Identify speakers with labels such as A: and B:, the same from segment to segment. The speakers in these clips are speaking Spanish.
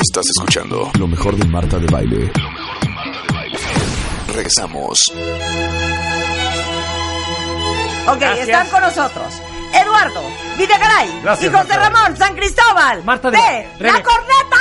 A: Estás escuchando
B: Lo mejor de Marta de Baile.
A: lo mejor de Marta de Baile. Regresamos.
C: Ok,
D: Gracias.
C: están con nosotros Eduardo Videgaray
D: Gracias,
C: y José
D: Marta.
C: Ramón San Cristóbal
D: Marta
C: de,
D: de-
C: La
D: Rebe.
C: Corneta.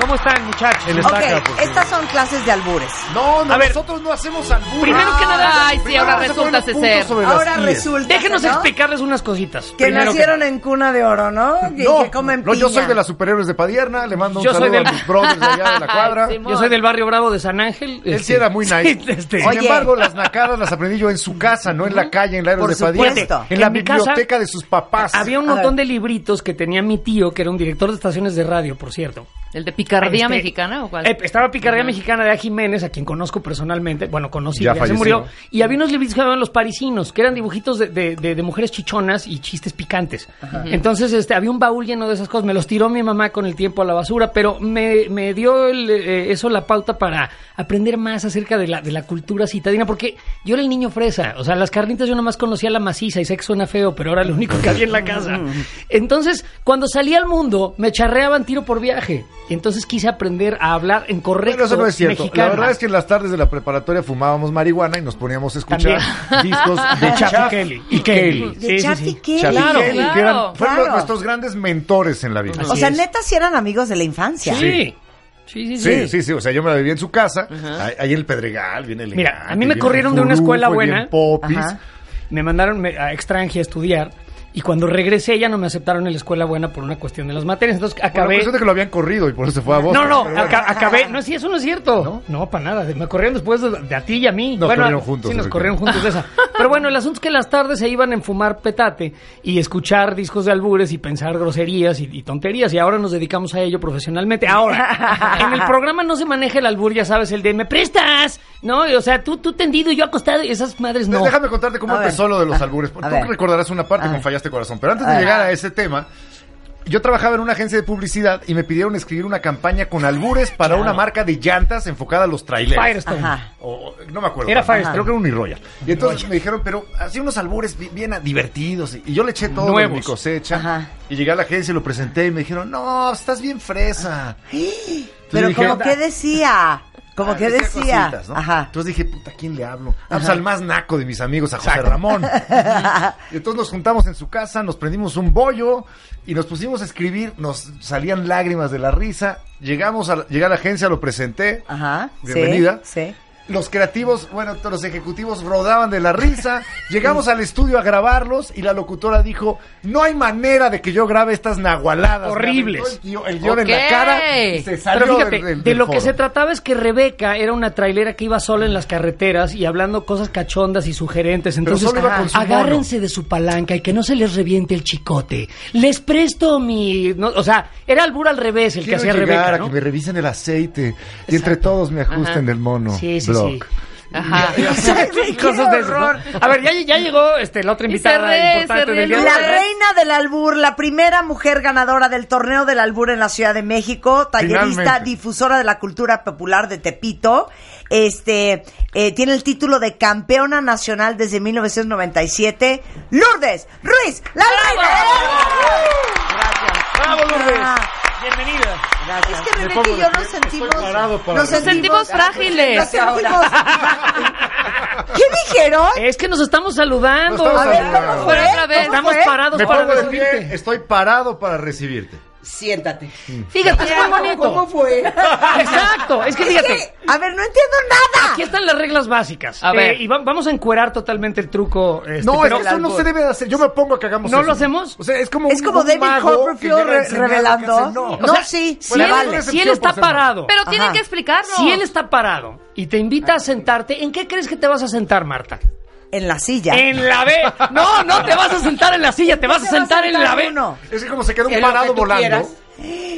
D: ¿Cómo están, muchachos?
E: El
C: Ok,
E: Saca, porque-
C: estas son clases de albures.
E: No, no,
D: A ver.
E: nosotros no hacemos albures.
F: Primero que nada- Ay, sí,
E: Primero
F: ahora
E: vamos a poner
F: resulta
E: los puntos
F: ser.
E: sobre las
C: Ahora
E: íes.
C: resulta
D: Déjenos
C: ¿no?
D: explicarles unas cositas.
C: que
D: Primero
C: nacieron en cuna de oro, ¿no? Y
E: No,
C: que comen
E: no, yo
C: piña.
E: soy de las superhéroes de Padierna, le mando un
D: Yo soy
E: saludo
D: del-
E: a mis brothers de allá de la cuadra.
F: Ay, sí,
D: Yo soy del barrio bravo de San Ángel.
E: Él sí
D: Este,
E: era muy nice.
D: sí, este,
E: Sin
C: Oye.
E: embargo, las nacadas las aprendí yo en su casa, no en la calle, en la
C: Por
E: de Padierna.
C: supuesto.
E: En la
D: En mi casa
E: biblioteca de sus papás.
D: Había un
C: A
D: montón de
C: ver.
D: libritos que tenía mi tío, que era un director de estaciones de radio, por cierto.
F: ¿El de picardía
D: Este,
F: mexicana o cuál?
D: eh, estaba Picardía Mexicana de A. Jiménez, a quien conozco personalmente. Bueno, conocí,
E: Ya
D: ya, se
E: falleció.
D: murió. Y había unos libritos que llamaban Los Parisinos, que eran dibujitos de, de- de- de mujeres chichonas y chistes picantes. Entonces, este, había un baúl lleno de esas cosas. Me los tiró mi mamá con el tiempo a la basura, pero me, me dio el, eh, eso la pauta para aprender más acerca de la, de la cultura citadina, porque yo era el niño fresa. O sea, las carnitas yo nomás conocía la maciza y sé que suena feo, pero era lo único que había en la casa. Entonces, cuando salí al mundo, me charreaban tiro por viaje. Y entonces quise aprender a hablar en correcto
E: Pero eso no es cierto.
D: mexicano.
E: La verdad es que en las tardes de la preparatoria fumábamos marihuana y nos poníamos a escuchar discos de
D: de
E: Chaff,
D: Chaffy Kelly. Y Kelly.
C: De Chaffy Kelly.
E: Chaff y
F: Claro,
E: Kelly, que
F: claro,
E: eran- fueron
C: claro.
E: nuestros grandes mentores en la vida.
C: O
D: Así
C: sea,
D: es.
C: neta, si eran amigos de la infancia.
D: Sí. Sí, sí, sí.
E: Sí, sí, sí. O sea, yo me la viví en su casa. ahí, ahí en el Pedregal, bien elegante.
D: Mira, a mí me
E: bien
D: corrieron de una escuela
E: furufo y
D: buena.
E: bien popis.
C: Ajá.
D: Me mandaron me- a extranjera a estudiar. Y cuando regresé ya no me aceptaron en la escuela buena por una cuestión de las materias. Entonces
E: Por la
D: acabé...
E: cuestión de que lo habían corrido y por eso se fue a vos.
D: no, no, aca- acabé. No, sí, eso no es cierto. No, para nada. Me corrieron después de, de a ti y a mí.
E: Nos corrieron juntos,
D: Sí, nos
E: efectivamente.
D: corrieron juntos de esa. Pero bueno, el asunto es que las tardes se iban a enfumar petate y escuchar discos de albures y pensar groserías y, y tonterías. Y ahora nos dedicamos a ello profesionalmente. Ahora, en el programa no se maneja el albur, ya sabes, el de me prestas, ¿no? Y, O sea, tú, tú tendido y yo acostado. y Esas madres no.
E: Déjame contarte cómo
C: A ver.
E: empezó lo de los albures. Tú
C: A ver.
E: recordarás una parte
C: A
E: con
C: ver.
E: Fallaste Corazón. Pero antes
C: A
E: de
C: ver.
E: llegar a ese tema, yo trabajaba en una agencia de publicidad y me pidieron escribir una campaña con albures para una marca de llantas enfocada a los trailers.
D: Firestone.
C: Ajá.
E: O- no me acuerdo.
D: Era
E: Ajá.
D: Firestone.
E: Creo que era un Uniroyal. Y entonces me dijeron, pero hacía unos albures bi- bien divertidos. Y y yo le eché todo de
D: Nuevos.
E: mi cosecha.
C: Ajá.
E: Y llegué a la agencia y lo presenté y me dijeron, no, estás bien fresa.
C: Pero
E: dije,
C: como que decía, como
E: Ah,
C: que decía.
E: cositas, ¿no?
C: Ajá.
E: Entonces dije, puta, ¿a quién le hablo? Ah, pues al más naco de mis amigos, a José Ramón. y entonces nos juntamos en su casa, nos prendimos un bollo y nos pusimos a escribir, nos salían lágrimas de la risa. Llegamos a, la- llegué a la agencia, lo presenté.
C: Ajá. sí,
E: Bienvenida.
C: Sí.
E: Los creativos, bueno, todos los ejecutivos rodaban de la risa. Llegamos al estudio a grabarlos y la locutora dijo, no hay manera de que yo grabe estas nahualadas. Me
D: Horribles.
E: aventó El guio- el guión en la
F: Ok.
E: cara. y se salió
D: Pero fíjate,
E: del- del-
D: de
E: del
D: lo que
E: foro.
D: se trataba es que Rebeca era una trailera que iba sola en las carreteras y hablando cosas cachondas y sugerentes. Entonces,
E: solo iba con su
D: agárrense de su palanca y que no se les reviente el chicote. Les presto mi... no, o sea, era albur al revés el
E: Quiero
D: que hacía
E: llegar
D: Rebeca,
E: a
D: ¿no?
E: que me revisen el aceite y entre todos me ajusten
F: Ajá.
E: del mono.
D: Sí, sí,
E: Blog.
D: sí.
F: Ajá.
C: Ay, qué
D: Cosas de esas, ¿no?
C: horror.
D: A ver, ya, ya llegó este, la otra
F: Y se
D: invitada
F: ríe,
D: importante
F: se ríe
D: del
F: el
D: día.
C: La
F: Albures.
C: reina del albur, la primera mujer ganadora del torneo del albur en la Ciudad de México, tallerista,
E: Finalmente.
C: difusora de la cultura popular de Tepito, este, eh, tiene el título de campeona nacional desde 1997, Lourdes Ruiz, la reina.
D: ¡Bravo, Lourdes!
C: Ah.
D: Bienvenida.
C: Es que
E: Me
C: Rebeca
E: pongo
C: y yo
E: de pie,
C: nos
E: estoy
C: sentimos,
E: parado para-
C: nos
E: Nos
F: sentimos frágiles.
C: Nos sentimos. ¿Qué dijeron?
D: Es que nos estamos saludando.
E: Nos estamos
C: A ver,
E: saludando.
C: ¿cómo
F: Pero
C: fue?
F: otra vez,
C: ¿Cómo
D: Estamos
C: fue?
D: parados
E: Me
D: para
E: pongo de
D: recibirte.
E: pie, estoy parado para recibirte.
C: Siéntate.
F: Fíjate, es muy bonito.
C: ¿Cómo fue?
D: Exacto, es que
C: Es
D: fíjate.
C: que, a ver, no entiendo nada.
D: Aquí están las reglas básicas. Eh,
F: A ver.
D: y va- vamos a encuerar totalmente el truco. este,
E: no,
D: pero-
E: eso no se debe de hacer. Yo me pongo a que hagamos
D: ¿No
E: eso.
D: lo hacemos?
E: O sea, es como
C: Es como David Copperfield re- revelando.
E: No,
C: No, sí,
D: si
C: sí,
D: él,
C: vale.
D: si él está parado,
F: Pero tienen
C: Ajá.
F: que explicarlo.
D: si él está parado y te invita a sentarte, ¿en qué crees que te vas a sentar, Marta?
C: En la silla.
D: En la B. No, no te vas a sentar en la silla, te vas a
C: Se va
D: sentar en la B.
C: uno.
E: Es que como se queda un
G: En lo
E: parado
G: que tú
E: volando.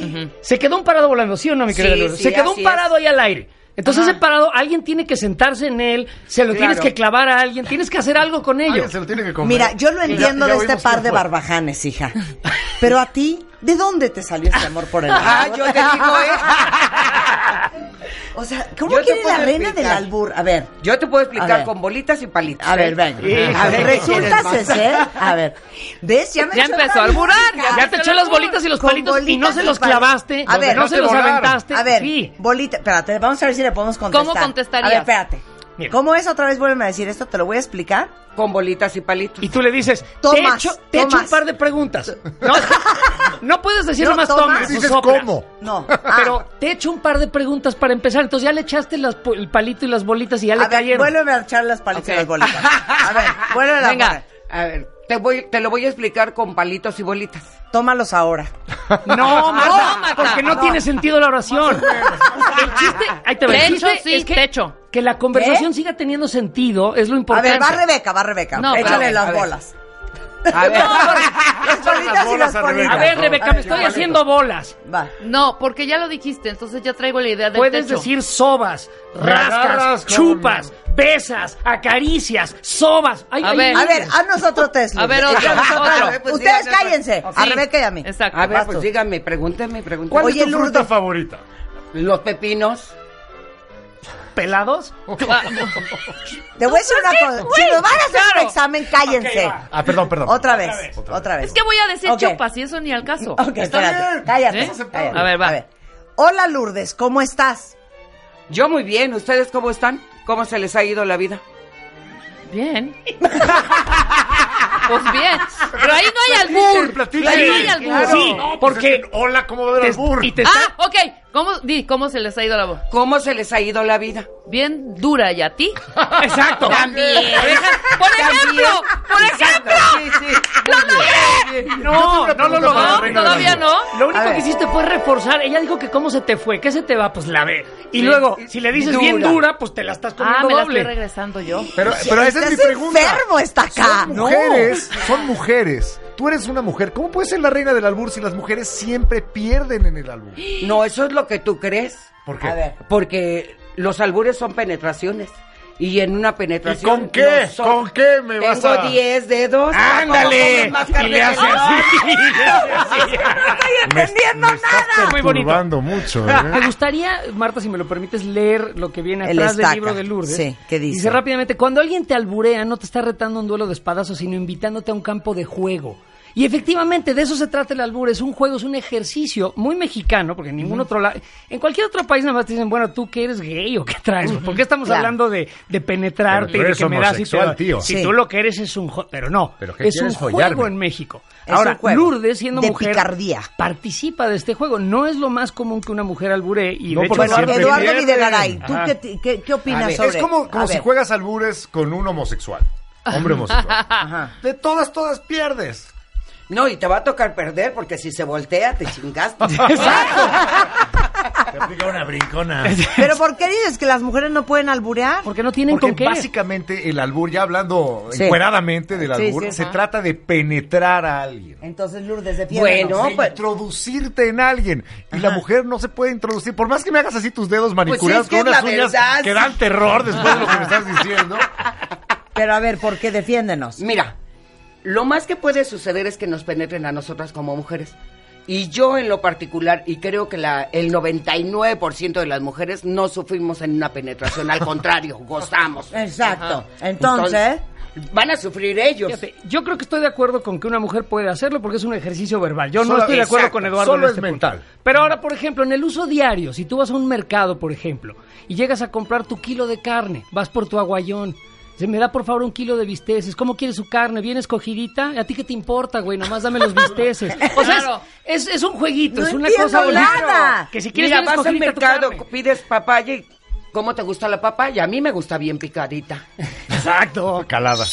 G: quieras.
D: Se quedó un parado volando, ¿sí o no, mi querida
B: Sí,
D: Lourdes?
B: sí,
D: Se quedó
B: así
D: un parado ahí al aire. Entonces
B: Ajá.
D: ese parado, alguien tiene que sentarse en él, se lo tienes
B: Claro.
D: que clavar a alguien, tienes que hacer algo con ello.
E: Alguien se lo tiene que comer.
C: Mira, yo lo
E: Ya-
C: entiendo
E: ya
C: de este
E: vimos
C: par
E: quién
C: de
E: fue.
C: barbajanes, hija. Pero a ti, ¿de dónde te salió este amor por el albur?
B: Ah, yo te digo, ¿eh?
C: O sea, ¿cómo
B: Yo te
C: quiere
B: puedo
C: la reina del
B: explicar.
C: albur? A ver,
B: Yo te puedo
C: A
B: explicar
C: ver.
B: con bolitas y palitos.
C: a
B: ¿eh?
C: ver, venga.
D: Hija,
C: A ver,
B: ¿qué quieres
C: resulta
B: más?
C: ser. A ver, ¿ves? Ya, me
F: Ya
C: echó
F: empezó
C: la
F: a alburar,
C: bronca.
D: Ya te echó las bolitas y los
C: Con
D: palitos y no
C: bolitas
D: se
C: y
D: los
C: palitos.
D: clavaste,
C: A ver,
D: no se los
E: volaron.
D: aventaste.
C: A ver,
D: Sí.
C: bolita, espérate, vamos a ver si le podemos contestar.
F: ¿Cómo contestarías?
C: A ver, espérate.
D: Mira.
C: ¿Cómo es? Otra vez vuelven a decir esto, te lo voy a explicar.
B: Con bolitas y palitos.
D: Y tú le dices, te
C: Tomas,
D: echo, te echo
C: tomas.
D: un par de preguntas. No, no puedes decir
C: No,
D: nomás
C: tomas.
D: tomas.
C: Le
D: o
E: dices
D: soplas.
E: cómo.
C: No. Ah,
D: Pero te echo un par de preguntas para empezar. Entonces ya le echaste las po- el palito y las bolitas y ya le
C: Ah, a ver,
D: cayeron.
C: vuélveme a echar las palitas y
F: Ok.
C: las bolitas. A ver, vuélveme a
F: Venga.
C: poner.
B: A ver, te, voy, te lo voy a explicar con palitos y bolitas.
C: Tómalos ahora.
D: No, Marta,
F: Marta.
D: porque no, tiene sentido la oración. El chiste, ahí te va. El
F: Techo,
D: chiste
F: sí,
D: es que,
F: techo.
D: que la conversación siga teniendo sentido es lo
C: ¿Eh? A
D: importante.
C: ver, va Rebeca, va Rebeca.
F: No, pero
C: Échale
F: a ver,
C: las
B: a ver.
C: bolas.
B: A ver.
C: Las bolitas y
E: bolas
C: las
E: a Rebeca.
D: A ver,
C: bolitas.
D: Rebeca,
C: A
D: me
C: ver,
D: estoy
C: ya,
D: haciendo bolas.
C: Va.
F: No, porque ya lo dijiste, entonces ya traigo la idea del
D: Puedes
F: techo.
D: decir sobas,
E: agarras
D: rascas,
E: con-
D: chupas, besas, acaricias, sobas. Ay,
F: A
D: ay,
F: ver.
D: ay,
C: A ver, haznos otro test.
F: A ver,
C: Lourdes.
F: otro,
C: Échanos
F: otro.
C: test.
B: Pues
C: Ustedes
B: díganme,
C: cállense,
F: pues.
C: a
F: Sí.
C: Rebeca y a mí.
F: Exacto.
B: A ver,
C: Vas
B: pues
C: tú.
B: díganme, pregúnteme, pregúnteme.
E: ¿Cuál
C: Oye,
E: es tu
C: Lourdes.
E: fruta favorita?
B: Los pepinos.
D: ¿Pelados?
F: Ah,
C: Te voy a decir una cosa. Si nos van a hacer un
F: claro.
C: examen, cállense.
E: Ah, perdón, perdón.
C: Otra vez,
E: Otra
C: otra vez.
F: Es que voy a decir
C: Ok.
F: chupas y eso ni al caso.
C: Ok, espérate.
E: bien.
C: Cállate,
F: ¿Eh?
C: cállate.
F: A ver, va.
C: Hola, Lourdes, ¿cómo estás?
B: Yo muy bien. ¿Ustedes cómo están? ¿Cómo se les ha ido la vida?
F: Bien. pues bien. Pero ahí no hay albur.
E: Platíquenle,
F: Ahí no hay
E: platíquenle.
F: albur.
D: Sí,
E: No, pues
D: porque...
E: es que, hola, ¿cómo va a haber
D: te-
E: albur?
D: y te
F: Ah, ok. ¿Cómo, di, ¿Cómo se les ha ido la voz?
B: ¿Cómo se les ha ido la vida?
F: Bien dura y a ti. Eh,
D: está- Exacto.
F: También. Por ejemplo, por ejemplo.
B: Sí, sí. Muy bien.
D: No, no lo
E: pregunta para la
D: logró.
E: reina
F: todavía
E: del
F: no.
D: Lo único
C: A ver.
D: que hiciste fue reforzar. Ella dijo que cómo se te fue, qué se te va, pues la ve. Y luego, si le dices bien
B: Dura.
D: dura, pues te la estás comiendo
F: Ah, me la estoy
D: doble.
F: regresando yo.
E: Pero, pero esa es mi
C: Estás
E: pregunta.
C: enfermo está acá.
E: Son mujeres, son mujeres. Tú eres una mujer. ¿Cómo puedes ser la reina del albur si las mujeres siempre pierden en el albur?
B: No, eso es lo que tú crees.
E: ¿Por qué?
C: A ver.
B: Porque los albures son penetraciones. Y en una
E: ¿Y
B: penetración.
E: con qué?
B: no son-
E: ¿Con qué me vas a-
B: Tengo 10 dedos.
D: ¡Ándale! Y le hace así.
E: Me- me Estás
D: Muy bonito.
E: perturbando mucho.
D: Me
E: ¿eh?
D: gustaría, Marta, si me lo permites, leer lo que viene
C: El
D: atrás del
C: estaca.
D: libro de Lourdes.
C: Sí, ¿qué dice?
D: rápidamente, cuando alguien te alburea, no te está retando un duelo de espadazos, sino invitándote a un campo de juego. Y efectivamente, de eso se trata el albur. Es un juego, es un ejercicio muy mexicano, porque en ningún otro lado... En cualquier otro país nada más te dicen, bueno, ¿tú qué eres gay o qué traes? ¿Por qué estamos
C: Claro.
D: hablando de, de penetrarte
E: Pero tú
D: y de
E: eres
D: que me das y te
E: homosexual,
D: doy?
E: tío.
D: Si
C: Sí.
D: tú lo que eres es un... jo- Pero no,
E: ¿Pero qué
D: es un
E: quieres follarme?
D: juego en México.
C: Es
D: Ahora,
C: un juego
D: Lourdes, siendo
C: de
D: mujer,
C: picardía.
D: participa de este juego. No es lo más común que una mujer alburee y
E: No,
D: de hecho
E: porque
C: Bueno,
D: lo hace-
E: siempre
C: Eduardo
E: pierden.
C: Videlaray, ¿tú
D: Ajá.
C: qué, ti- qué, qué opinas
B: A ver,
C: sobre
E: Es como, como
C: a
E: si
C: ver.
E: juegas albures con un homosexual. Hombre homosexual. De todas, todas pierdes.
B: No, y te va a tocar perder porque si se voltea te chingaste.
E: Te aplica una brincona.
C: Pero ¿por qué dices que las mujeres no pueden alburear?
D: Porque no tienen
E: Porque
D: con qué.
E: básicamente el albur, ya hablando
C: Sí.
E: encueradamente del
C: Sí,
E: albur,
C: sí,
E: se trata de penetrar a alguien.
C: Entonces, Lourdes,
B: Bueno,
C: defiéndanos.
B: No,
E: de
B: pues-
E: introducirte en alguien. Y la mujer no se puede introducir. Por más que me hagas así tus dedos manicurados
B: que es
E: con unas
B: la
E: uñas
B: verdad.
E: que dan terror después de lo que me estás diciendo.
C: Pero a ver, ¿por qué defiéndenos?
B: Mira, lo más que puede suceder es que nos penetren a nosotras como mujeres. Y yo en lo particular, y creo que la, el 99% de las mujeres no sufrimos en una penetración, al contrario, gozamos.
C: Exacto. Entonces,
B: van a sufrir ellos.
D: Fíjate, yo creo que estoy de acuerdo con que una mujer puede hacerlo porque es un ejercicio verbal. Yo
E: Solo-
D: no estoy de acuerdo
E: exacto,
D: con Eduardo.
E: solo
D: en
E: es
D: este punto.
E: mental.
D: Pero ahora, por ejemplo, en el uso diario, si tú vas a un mercado, por ejemplo, y llegas a comprar tu kilo de carne, vas por tu aguayón. Se me da por favor un kilo de bisteces. ¿Cómo quieres su carne? ¿Bien escogidita? ¿A ti qué te importa, güey? Nomás dame los bisteces. O sea, es-
F: Claro.
D: es, es un jueguito,
C: No
D: es una
C: entiendo
D: cosa bonita.
C: nada.
D: Que si quieres
B: Mira,
D: bien
B: vas al
D: escogidita tu
B: mercado,
D: carne.
B: pides papaya y ¿cómo te gusta la papaya? A mí me gusta bien picadita.
D: Exacto.
E: Calada.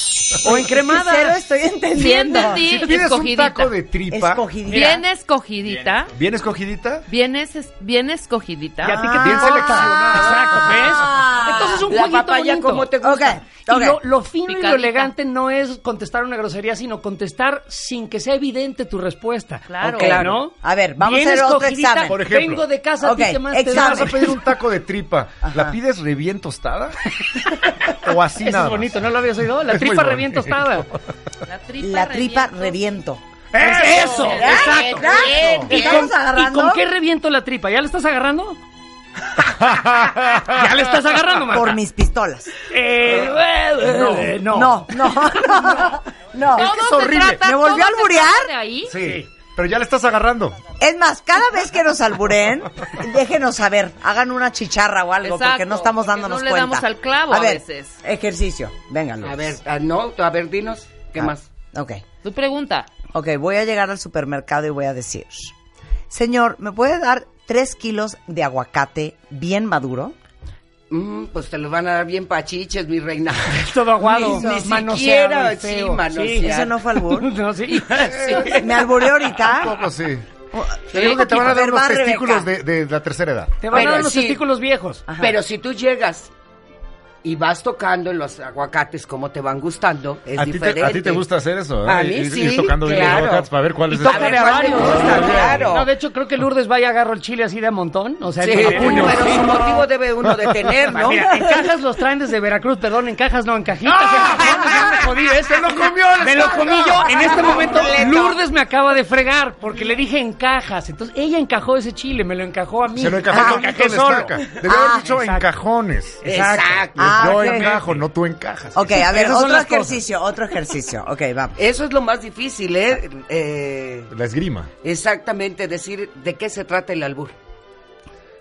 D: O encremada.
C: cero estoy entendiendo.
F: Bien de ti.
E: Si pides un
F: Escogidita.
E: taco de tripa,
C: Escogidita.
F: Bien escogidita.
E: bien escogidita,
F: Bien, es, bien escogidita.
D: Y a ti que te
E: bien
F: Ah.
D: importa.
E: seleccionada.
D: Exacto, ¿ves? Entonces es un
B: la
D: jueguito
B: papaya
D: bonito.
B: ¿cómo te
C: Ok,
B: gusta?
C: Ok.
D: Y lo, lo fino y
F: Picadita.
D: lo elegante no es contestar una grosería, sino contestar sin que sea evidente tu respuesta.
F: Claro.
D: Ok,
F: Claro.
D: ¿no?
C: A ver, vamos
D: Bien
C: a hacer otro
D: escogidita,
C: examen.
E: Por ejemplo.
D: Vengo de casa,
C: Ok,
D: a ti que más te
C: examen.
E: ¿Vas a pedir un taco de tripa? ¿La pides re bien tostada? ¿O así
D: Eso
E: nada
D: es
E: más?
D: bonito, no lo habías oído. La
E: Es muy
D: tripa revién
E: bonito.
D: tostada.
F: La tripa,
C: La tripa
F: reviento.
C: reviento.
E: ¡Eso!
D: ¡Eso!
F: Bien,
D: ¡Exacto!
F: bien, bien.
C: Estamos
D: ¿Y
C: agarrando
D: con qué reviento la tripa? ¿Ya la estás agarrando? ¿Ya la estás agarrando, Marta?
C: por mis pistolas.
D: Eh, eh, no.
C: No, no, no. no.
F: Todo
E: es
F: se
E: horrible.
F: trata-
C: ¿Me volvió
F: todo
C: a
F: se
C: alburear?
F: trata de ahí.
E: Sí, pero ya la estás agarrando.
C: Es más, cada vez que nos alburen, déjenos saber, hagan una chicharra o algo, porque
F: Exacto,
C: no estamos
F: porque
C: dándonos
F: no le
C: cuenta.
F: damos al clavo a
C: ver,
F: veces.
C: Ejercicio, vénganlo. Ah,
B: A ver, ah, no, a ver, dinos,
D: Ah.
B: ¿qué más?
C: Ok,
F: Tu pregunta.
C: ok, voy a llegar al supermercado y voy a decir, señor, ¿me puede dar tres kilos de aguacate bien maduro?
B: Mm, pues te los van a dar bien pachiches, mi reina.
D: Todo aguado.
B: Ni- ni
D: manoseado
B: siquiera,
D: y feo.
B: sí, manoseado.
C: ¿Eso no fue albur?
D: No, sí. Ah,
C: Me albureé ahorita.
E: Tampoco sí.
C: Yo
E: Te digo que te van a dar
C: los
E: unos testículos de, de la tercera edad.
D: Te van a dar
B: Pero
D: unos
B: sí. Ah.
D: testículos viejos.
C: Ajá.
B: Pero si tú llegas y vas tocando en los aguacates como te van gustando, es
E: a, ti te,
B: diferente.
E: a ti te gusta hacer eso, ¿eh?
B: A mí
E: Ir-
B: sí,
E: ir tocando bien los
B: claro.
E: aguacates para ver cuál
D: Y
E: es
D: toca
B: ver,
D: de a
B: ¿cuál te
D: varios.
B: gusta? Claro.
D: No, de hecho, creo que Lourdes vaya a agarrar el chile así de a montón. O sea,
B: Sí,
D: con puño.
B: pero sin motivo debe uno de tener, ¿no?
D: Mira, en cajas los traen desde Veracruz, perdón, en cajas no, en cajitas. en cajones, ya me jodí, ¿eh?
E: ¡Ah! ¡Se lo comió el
D: Me lo
E: Estado!
D: comí yo. En este momento,
B: Completo.
D: Lourdes me acaba de fregar porque le dije en cajas. Entonces, ella encajó ese chile, me lo encajó a mí.
E: Se lo encajó
D: Ah,
E: con
D: encajé
E: Quito
D: solo.
E: Estaca. Debe haber dicho en cajones.
B: Exacto.
C: Ah,
E: yo
C: ok.
E: encajo, no tú encajas.
C: Ok, a ver,
D: Esas son
C: otro
D: las cosas.
C: ejercicio, otro ejercicio. Ok, vamos.
B: Eso es lo más difícil, ¿eh? Eh,
E: La esgrima.
B: Exactamente, decir de qué se trata el albur.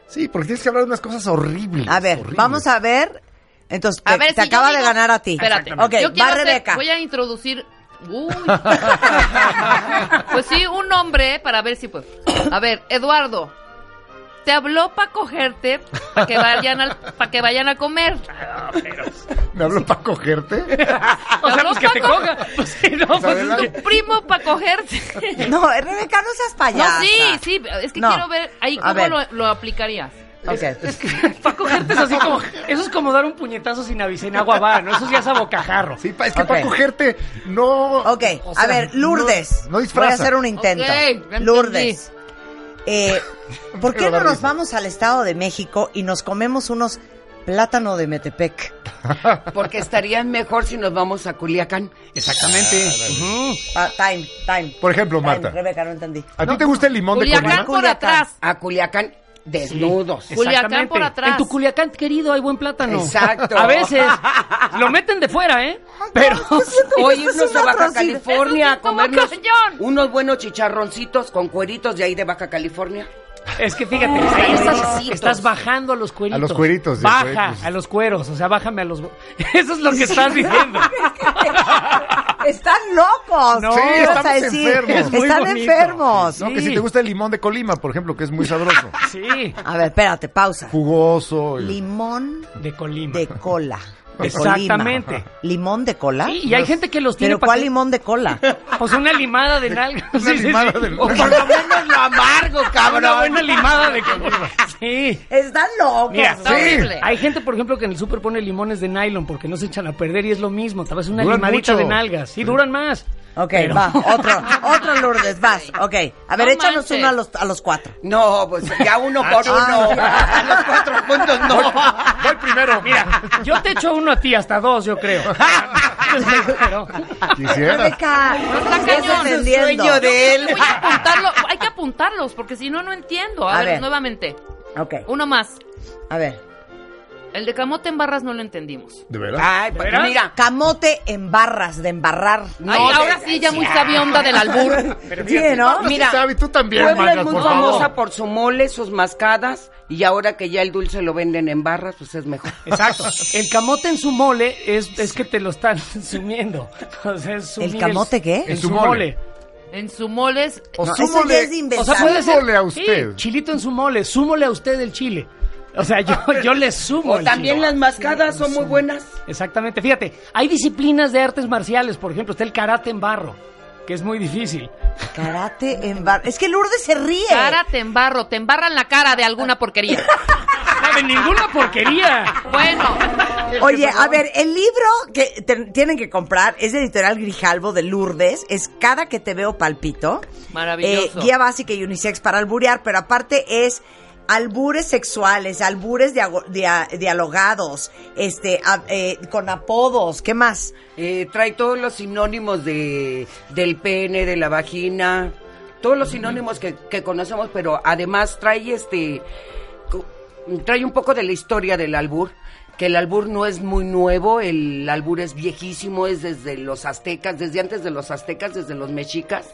E: Sí, porque tienes que hablar de unas cosas horribles.
C: A ver,
E: horribles.
C: vamos a ver. Entonces, te,
F: A ver,
C: te
F: si yo
C: acaba de
F: digo-
C: ganar a ti.
F: Espérate.
C: Ok,
F: Yo quiero
C: va
F: hacer-
C: Rebeca.
F: Voy a introducir. Uy. pues sí, un nombre para ver si pues. A ver, Eduardo. Te habló para cogerte para que vayan al, para que vayan a comer.
E: ¿Me habló para cogerte?
D: O sea,
F: Pero
D: pues
F: no,
D: que te
F: Paco.
D: coja. Pues, sí, no, pues,
E: adelante.
D: es que-
F: Tu primo para cogerte.
C: No, eh, Rebeca, no seas
F: No,
C: payasa.
F: sí, sí, es que
C: No.
F: quiero ver ahí
C: A
F: cómo
C: ver.
F: Lo, lo aplicarías.
C: Ok.
D: Es que para cogerte es así como. Eso es como dar un puñetazo sin avisar en agua va, ¿no? Eso ya es a bocajarro.
E: Sí, pa- es que
C: Ok.
E: para cogerte no...
C: Ok,
E: o
C: a
E: sea,
C: ver, Lourdes.
E: No, no disfraza.
C: Voy a hacer un intento.
F: Ok, ya entendí.
C: Lourdes. eh, ¿Por qué
E: Pero
C: no
E: da
C: nos
E: risa.
C: vamos al Estado de México y nos comemos unos plátano de Metepec?
B: Porque estarían mejor si nos vamos a Culiacán.
D: Exactamente.
E: Ah,
D: Ujú.
C: Pa- time, time.
E: Por ejemplo,
C: Time,
E: Marta.
C: Rebeca, no entendí.
E: ¿A ti te gusta el limón de
F: Culiacán
E: Colima?
F: por
C: Culiacán.
F: atrás.
B: A Culiacán desnudos.
F: Sí. Culiacán
D: Exactamente.
F: por atrás.
D: En tu Culiacán querido hay buen plátano.
B: Exacto.
D: A veces lo meten de fuera, ¿eh? Pero
B: Hoy
C: Eso es
B: irnos
C: una
B: a Baja
C: atrocidad.
B: California
F: Eso
B: a
F: sí, como
B: comernos
F: cañón.
B: unos buenos chicharroncitos con cueritos de ahí de Baja California.
D: es que fíjate, ahí estás, estás bajando a los cueritos.
E: A los cueritos, pues. ya,
D: Baja
E: cueritos.
D: a los cueros, o sea, bájame a los. Eso es lo que estás diciendo.
C: Están locos.
D: No,
C: ¿Qué
D: sí,
C: ibas a
E: estamos
C: decir?
E: enfermos. Es
D: muy
C: Están
D: bonito.
C: enfermos.
E: No, que si te gusta el limón de Colima, por ejemplo, que es muy sabroso.
D: Sí,
C: A ver, espérate, pausa.
E: Jugoso. y-
C: Limón
D: de Colima.
C: de cola. De
D: Exactamente.
C: Colima. ¿Limón de cola?
D: Sí, y hay gente que los tiene
C: ¿Pero
D: para
C: cuál
D: que-
C: limón de cola?
D: Pues una limada de nalga.
E: Una limada de nalga.
D: O por lo menos lo amargo, cabrón. Una buena limada de comida. Sí.
C: Están locos.
D: Mira,
F: Está horrible.
D: hay gente, por ejemplo, que en el súper pone limones de nylon porque no se echan a perder y es lo mismo. Tal vez una
E: Duran
D: limadita
E: mucho.
D: de nalgas. Sí, duran más.
C: Ok,
D: Pero-
C: va, otro, otro Lourdes, vas, ok. A ver,
F: No
C: échanos
F: manches.
C: uno a los, a los cuatro.
B: No, pues ya uno
E: Ah,
B: por uno. A los cuatro puntos no.
E: Voy primero.
D: Mira, yo te echo uno a ti, hasta dos, yo creo. Pero-
E: Quisiera.
C: Rebeca,
F: No está
C: estás
F: cañón.
C: entendiendo.
B: Sueño de él.
F: Voy a apuntarlo, hay que apuntarlos porque si no, no entiendo. A,
C: A
F: ver,
C: ver.
F: nuevamente.
C: Ok,
F: Uno más.
C: a ver.
F: El de camote en barras no lo entendimos.
E: ¿De verdad?
C: Ah,
B: Ay, pues
D: ¿Verdad?
B: mira.
C: Camote en barras, de embarrar.
F: Ay,
B: No,
F: ahora
B: de-
F: sí, ya muy sabionda del albur.
C: sí, ¿no?
B: Mira,
E: Sabe, tú también,
B: Puebla
E: Marcas,
B: es muy
E: por favor.
B: famosa por su mole, sus mascadas, y ahora que ya el dulce lo venden en barras, pues es mejor.
D: Exacto. El camote en su mole es, es que te lo están sumiendo. O sea, es sumir
C: ¿El camote qué?
D: En su mole.
F: En su moles.
E: O
C: No, eso
E: súmole-
C: ya es de inventar.
D: O sea, puede ser.
E: Súmole a usted.
D: Sí, chilito en su mole. Súmole a usted el chile. O sea, yo, yo le sumo.
B: O
D: el
B: también
D: chile.
B: las mascadas son muy buenas.
D: Exactamente. Fíjate, hay disciplinas de artes marciales. Por ejemplo, está el karate en barro, que es muy difícil.
C: Karate en barras. Es que Lourdes se ríe.
F: Cara te embarro, te embarran la cara de alguna porquería.
D: de pues, ninguna porquería.
F: Bueno,
C: Oye, a ver, el libro que te- tienen que comprar es de Editorial Grijalvo de Lourdes. Es Cada que te veo palpito.
F: Maravilloso.
C: Eh, guía básica y unisex para alburear, pero aparte es albures sexuales, albures diago- dia- dialogados, este, a- eh, con apodos, ¿qué más?
B: Eh, trae todos los sinónimos de, del pene, de la vagina, todos los sinónimos que, que conocemos, pero además trae este co- trae un poco de la historia del albur, que el albur no es muy nuevo, el albur es viejísimo, es desde los aztecas, desde antes de los aztecas, desde los mexicas,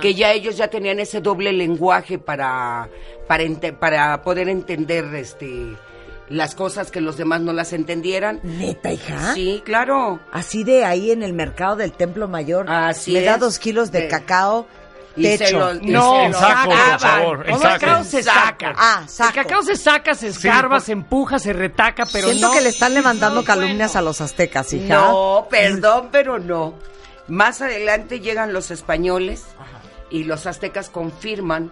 B: que ya ellos ya tenían ese doble lenguaje para para ente- para poder entender este las cosas que los demás no las entendieran.
C: Neta, hija.
B: Sí, claro.
C: Así de ahí en el mercado del Templo Mayor.
B: Así
C: Le da
B: es.
C: dos kilos de
B: Sí.
C: cacao.
B: Y se
C: techo.
B: lo- y
D: No,
B: se
G: el
B: lo
G: saco, por
B: sacaban.
G: favor. El
D: El cacao
G: saco.
D: se saca.
C: Ah, saco.
D: El cacao se saca, se escarba, se empuja, se retaca, pero
C: Siento
D: no.
C: que le están levantando
F: no,
C: calumnias
F: bueno.
C: a los aztecas, hija.
B: No, perdón, pero no. Más adelante llegan los españoles y los aztecas confirman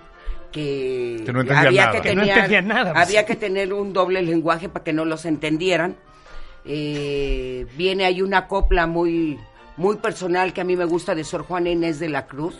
B: que,
E: Que no entendían
B: había
E: nada.
B: que
D: Que no
B: tenían-
D: entendían nada, pues.
B: había que tener un doble lenguaje para que no los entendieran. Eh, viene ahí una copla muy muy personal que a mí me gusta de Sor Juana Inés de la Cruz.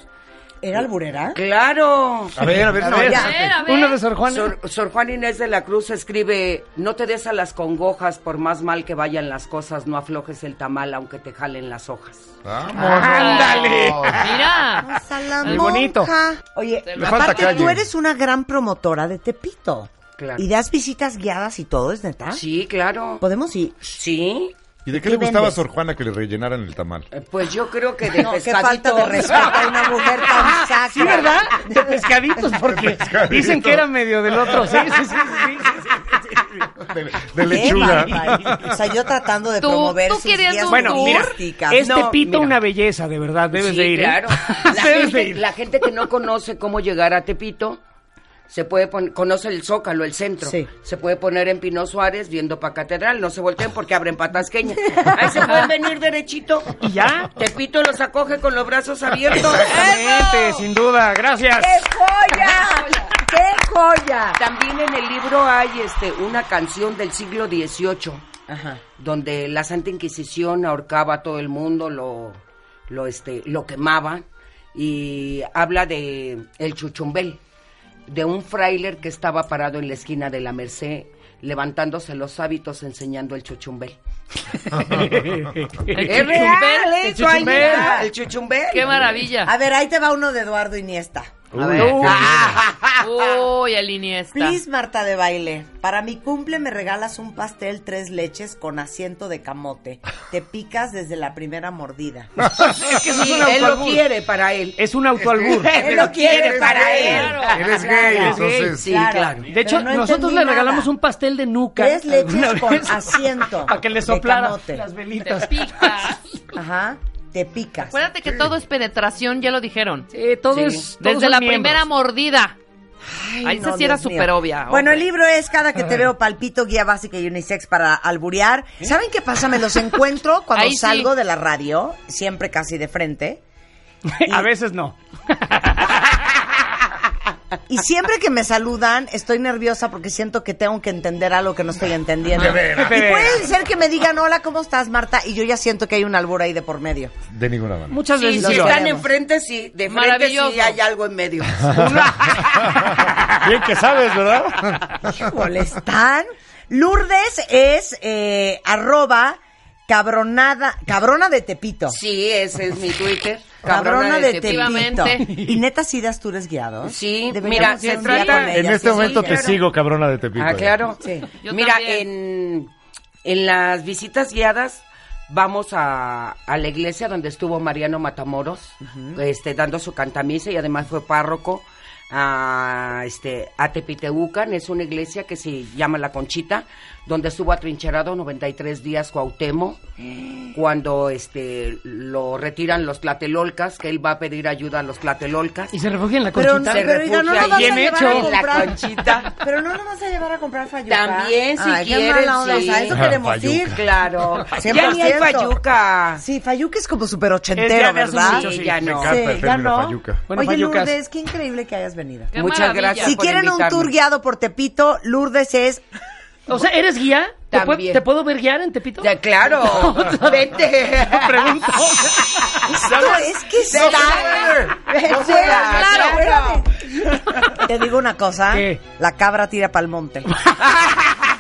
C: ¿Era alburera?
B: Claro.
E: A ver, a ver, no,
F: ya.
E: ya.
F: A ver, a ver.
D: Uno de Sor Juan.
B: Sor, Sor Juana Inés de la Cruz escribe, no te des a las congojas, por más mal que vayan las cosas, no aflojes el tamal aunque te jalen las hojas.
C: Ah,
E: Vamos.
D: ¡Ándale!
F: mira.
D: Muy bonito. monja.
C: Oye,
F: Le
E: falta
C: aparte
E: calle.
C: tú eres una gran promotora de Tepito.
B: Claro.
C: Y das visitas guiadas y todo, ¿es neta?
B: Sí, claro.
C: ¿Podemos ir?
B: Sí.
E: ¿Y de qué
C: ¿Qué
E: le gustaba a
C: vendes?
E: Sor Juana que le rellenaran el tamal?
B: eh, Pues yo creo que de
C: No, qué
B: pescadito.
C: falta de respeto a una mujer tan saca.
D: Sí, ¿verdad? De pescaditos, porque dicen que era medio del otro. Sí, sí, sí, sí, sí, sí, sí, sí.
E: De, de
C: Qué
E: lechuga.
C: barbaridad. O sea, yo tratando de
F: Tú-
C: promover
F: tú
C: sus
F: querías
C: guías
F: un
D: Bueno,
F: tour.
D: mira,
C: turísticas.
D: es
C: No,
D: Tepito
C: mira.
D: una belleza, de verdad, debes
B: Pues Sí,
D: de ir. ¿eh?
B: claro. La
D: debes
B: gente,
D: de ir.
B: la gente que no conoce cómo llegar a Tepito se puede poner, conoce el Zócalo, el centro.
C: Sí.
B: Se puede poner en Pino Suárez viendo para Catedral. No se volteen porque abren patasqueña. Ahí se pueden venir derechito.
D: ¿Y ya?
B: Tepito los acoge con los brazos abiertos.
D: Exactamente, sin duda, gracias.
C: ¡Qué joya! ¡Qué joya!
B: También en el libro hay este una canción del siglo XVIII, donde la Santa Inquisición ahorcaba a todo el mundo, lo, lo, este, lo quemaba, y habla de el chuchumbel, de un frailer que estaba parado en la esquina de la Merced, levantándose los hábitos enseñando el chuchumbel.
F: El
B: ¡Es
F: chuchumbel,
B: real
D: el
B: eso, ahí
D: chuchumbel.
B: está, el chuchumbel!
F: Qué maravilla.
C: A ver, ahí te va uno de Eduardo Iniesta.
E: Uy, qué bien.
C: Ah.
B: ah,
F: Uy, el Iniesta.
C: Please, Marta de Baile, para mi cumple me regalas un pastel tres leches con asiento de camote. Te picas desde la primera mordida.
D: Es que eso es
B: Sí,
D: un
B: él lo
D: autoalbur.
B: quiere para él.
D: Es un autoalbur.
B: Él lo quiere para él.
E: Eres gay,
C: Claro.
E: entonces.
B: Sí, claro.
D: De hecho,
C: Pero no
D: nosotros
C: entendí
D: le
C: nada.
D: regalamos un pastel de nuca.
C: Tres leches
D: alguna
C: con
D: vez,
C: asiento.
D: Para que le
C: de
D: soplara
C: camote.
D: las
F: Te
D: velitas.
F: picas.
C: Ajá, te picas.
F: Acuérdate que todo es penetración, ya lo dijeron.
D: Eh, todo
B: Sí.
D: es- todos
F: Desde
D: son
F: la
D: miembros.
F: primera mordida.
C: Ay,
F: Ahí
C: no,
F: esa sí era
C: Dios mío.
F: súper obvia.
C: Bueno,
F: hombre.
C: el libro es Cada que te veo palpito, guía básica y unisex para alburear. ¿Saben qué pasa? Me los encuentro cuando
F: ¿Eh? Ahí sí.
C: salgo de la radio, siempre casi de frente.
D: A veces no.
C: Y siempre que me saludan, estoy nerviosa porque siento que tengo que entender algo que no estoy entendiendo.
E: De veras.
C: Y puede ser que me digan, hola, ¿cómo estás, Marta? Y yo ya siento que hay un albur ahí de por medio.
E: De ninguna manera.
D: Muchas
F: Sí,
D: veces
B: Si
C: sí,
D: yo.
C: está-
B: están enfrente, sí. De frente,
F: Maravilloso.
B: sí hay algo en medio.
G: Bien que sabes, ¿verdad?
C: Molestan. Lourdes es eh, arroba cabronada, cabrona de Tepito.
B: Sí, ese es mi Twitter.
C: Cabrona, de,
B: Tepito.
C: Tepito.
F: Efectivamente.
C: Y neta, sí das tours guiados.
B: Sí,
C: Deberíamos
B: mira,
C: ir
B: se
C: un día
B: trata-
C: con ella,
G: En este
C: sí,
G: momento
C: sí.
G: te sigo, cabrona de Tepito.
E: ¿eh?
B: Ah, claro.
C: Sí.
F: Yo
B: Mira,
F: también.
B: en, en las visitas guiadas vamos a, a la iglesia donde estuvo Mariano Matamoros, este, dando su cantamisa y además fue párroco a, este, a Tepiteucan, es una iglesia que se llama La Conchita, donde estuvo atrincherado 93 días Cuauhtémoc, cuando este, lo retiran los tlatelolcas, que él va a pedir ayuda a los tlatelolcas.
D: Y se refugia en la
C: Pero,
D: conchita.
B: Se
C: pero oiga, no
B: refugia
C: lo vas a
D: ahí. Bien
C: llevar
D: hecho.
C: a comprar.
B: La conchita.
C: Pero no lo vas a llevar a comprar fayuca.
B: También, si
C: Ay, qué
B: quieres,
C: mala onda,
B: sí.
C: A eso queremos ir.
B: Claro.
C: 100%.
B: Ya ni hay payuca.
C: Sí, Fayuca es como súper
D: Es ya
C: ochentero,
D: de hace
C: ¿verdad?
D: mucho, sí.
E: Me
B: ya no.
E: encanta
C: Sí,
E: el
C: ya
E: término
C: no.
E: payuca.
D: Bueno,
C: Oye,
D: fayucas.
C: Lourdes, qué increíble que hayas venido.
F: Qué
B: Muchas
F: maravilla.
B: gracias.
C: Si
B: por
C: quieren un
B: invitarme.
C: tour guiado por Tepito, Lourdes es
D: O sea, ¿eres guía? ¿Te, pue-
B: También.
D: ¿te puedo ver guiar en Tepito?
B: Ya, claro. Vete.
D: Pregunto.
B: Ah,
C: No, es que
B: Se
C: sí.
B: la-
C: No
B: Se
C: puede,
B: la-
C: claro,
B: claro.
C: Te digo una cosa,
D: ¿Qué?
C: la cabra tira pa'l monte.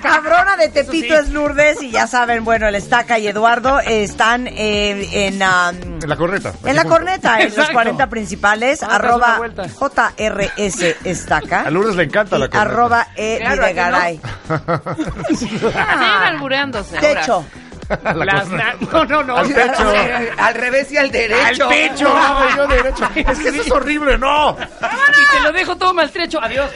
C: Cabrona de Tepito es Lourdes y ya saben, bueno, el Estaca y Eduardo están eh, en, am,
E: En la corneta.
C: en la corneta, en los
D: Exacto.
C: 40 principales,
D: Vamos a dar
C: arroba
D: una vuelta.
C: JRS Estaca
E: A Lourdes le encanta la
C: y
E: corneta.
C: arroba E
B: Claro, ¿a que no?
C: Videgaray.
F: Siguen albureándose.
C: De
F: ahora.
C: hecho,
E: La
D: Las
E: corneta.
D: na- no, no, no.
E: Al pecho.
B: Al revés y al derecho.
E: No, yo derecho. Es que eso es horrible, no.
D: Y te lo dejo todo maltrecho. Adiós.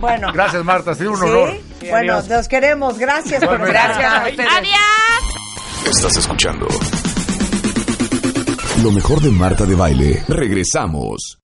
C: bueno,
E: Gracias, Marta, ha sido un honor.
C: ¿sí? Bueno,
D: adiós.
C: los queremos, gracias por
E: Igualmente.
C: estar
B: Gracias
C: acá.
B: a ustedes.
F: ¡Adiós!
A: Estás escuchando
H: Lo mejor de Marta de Baile.
A: Regresamos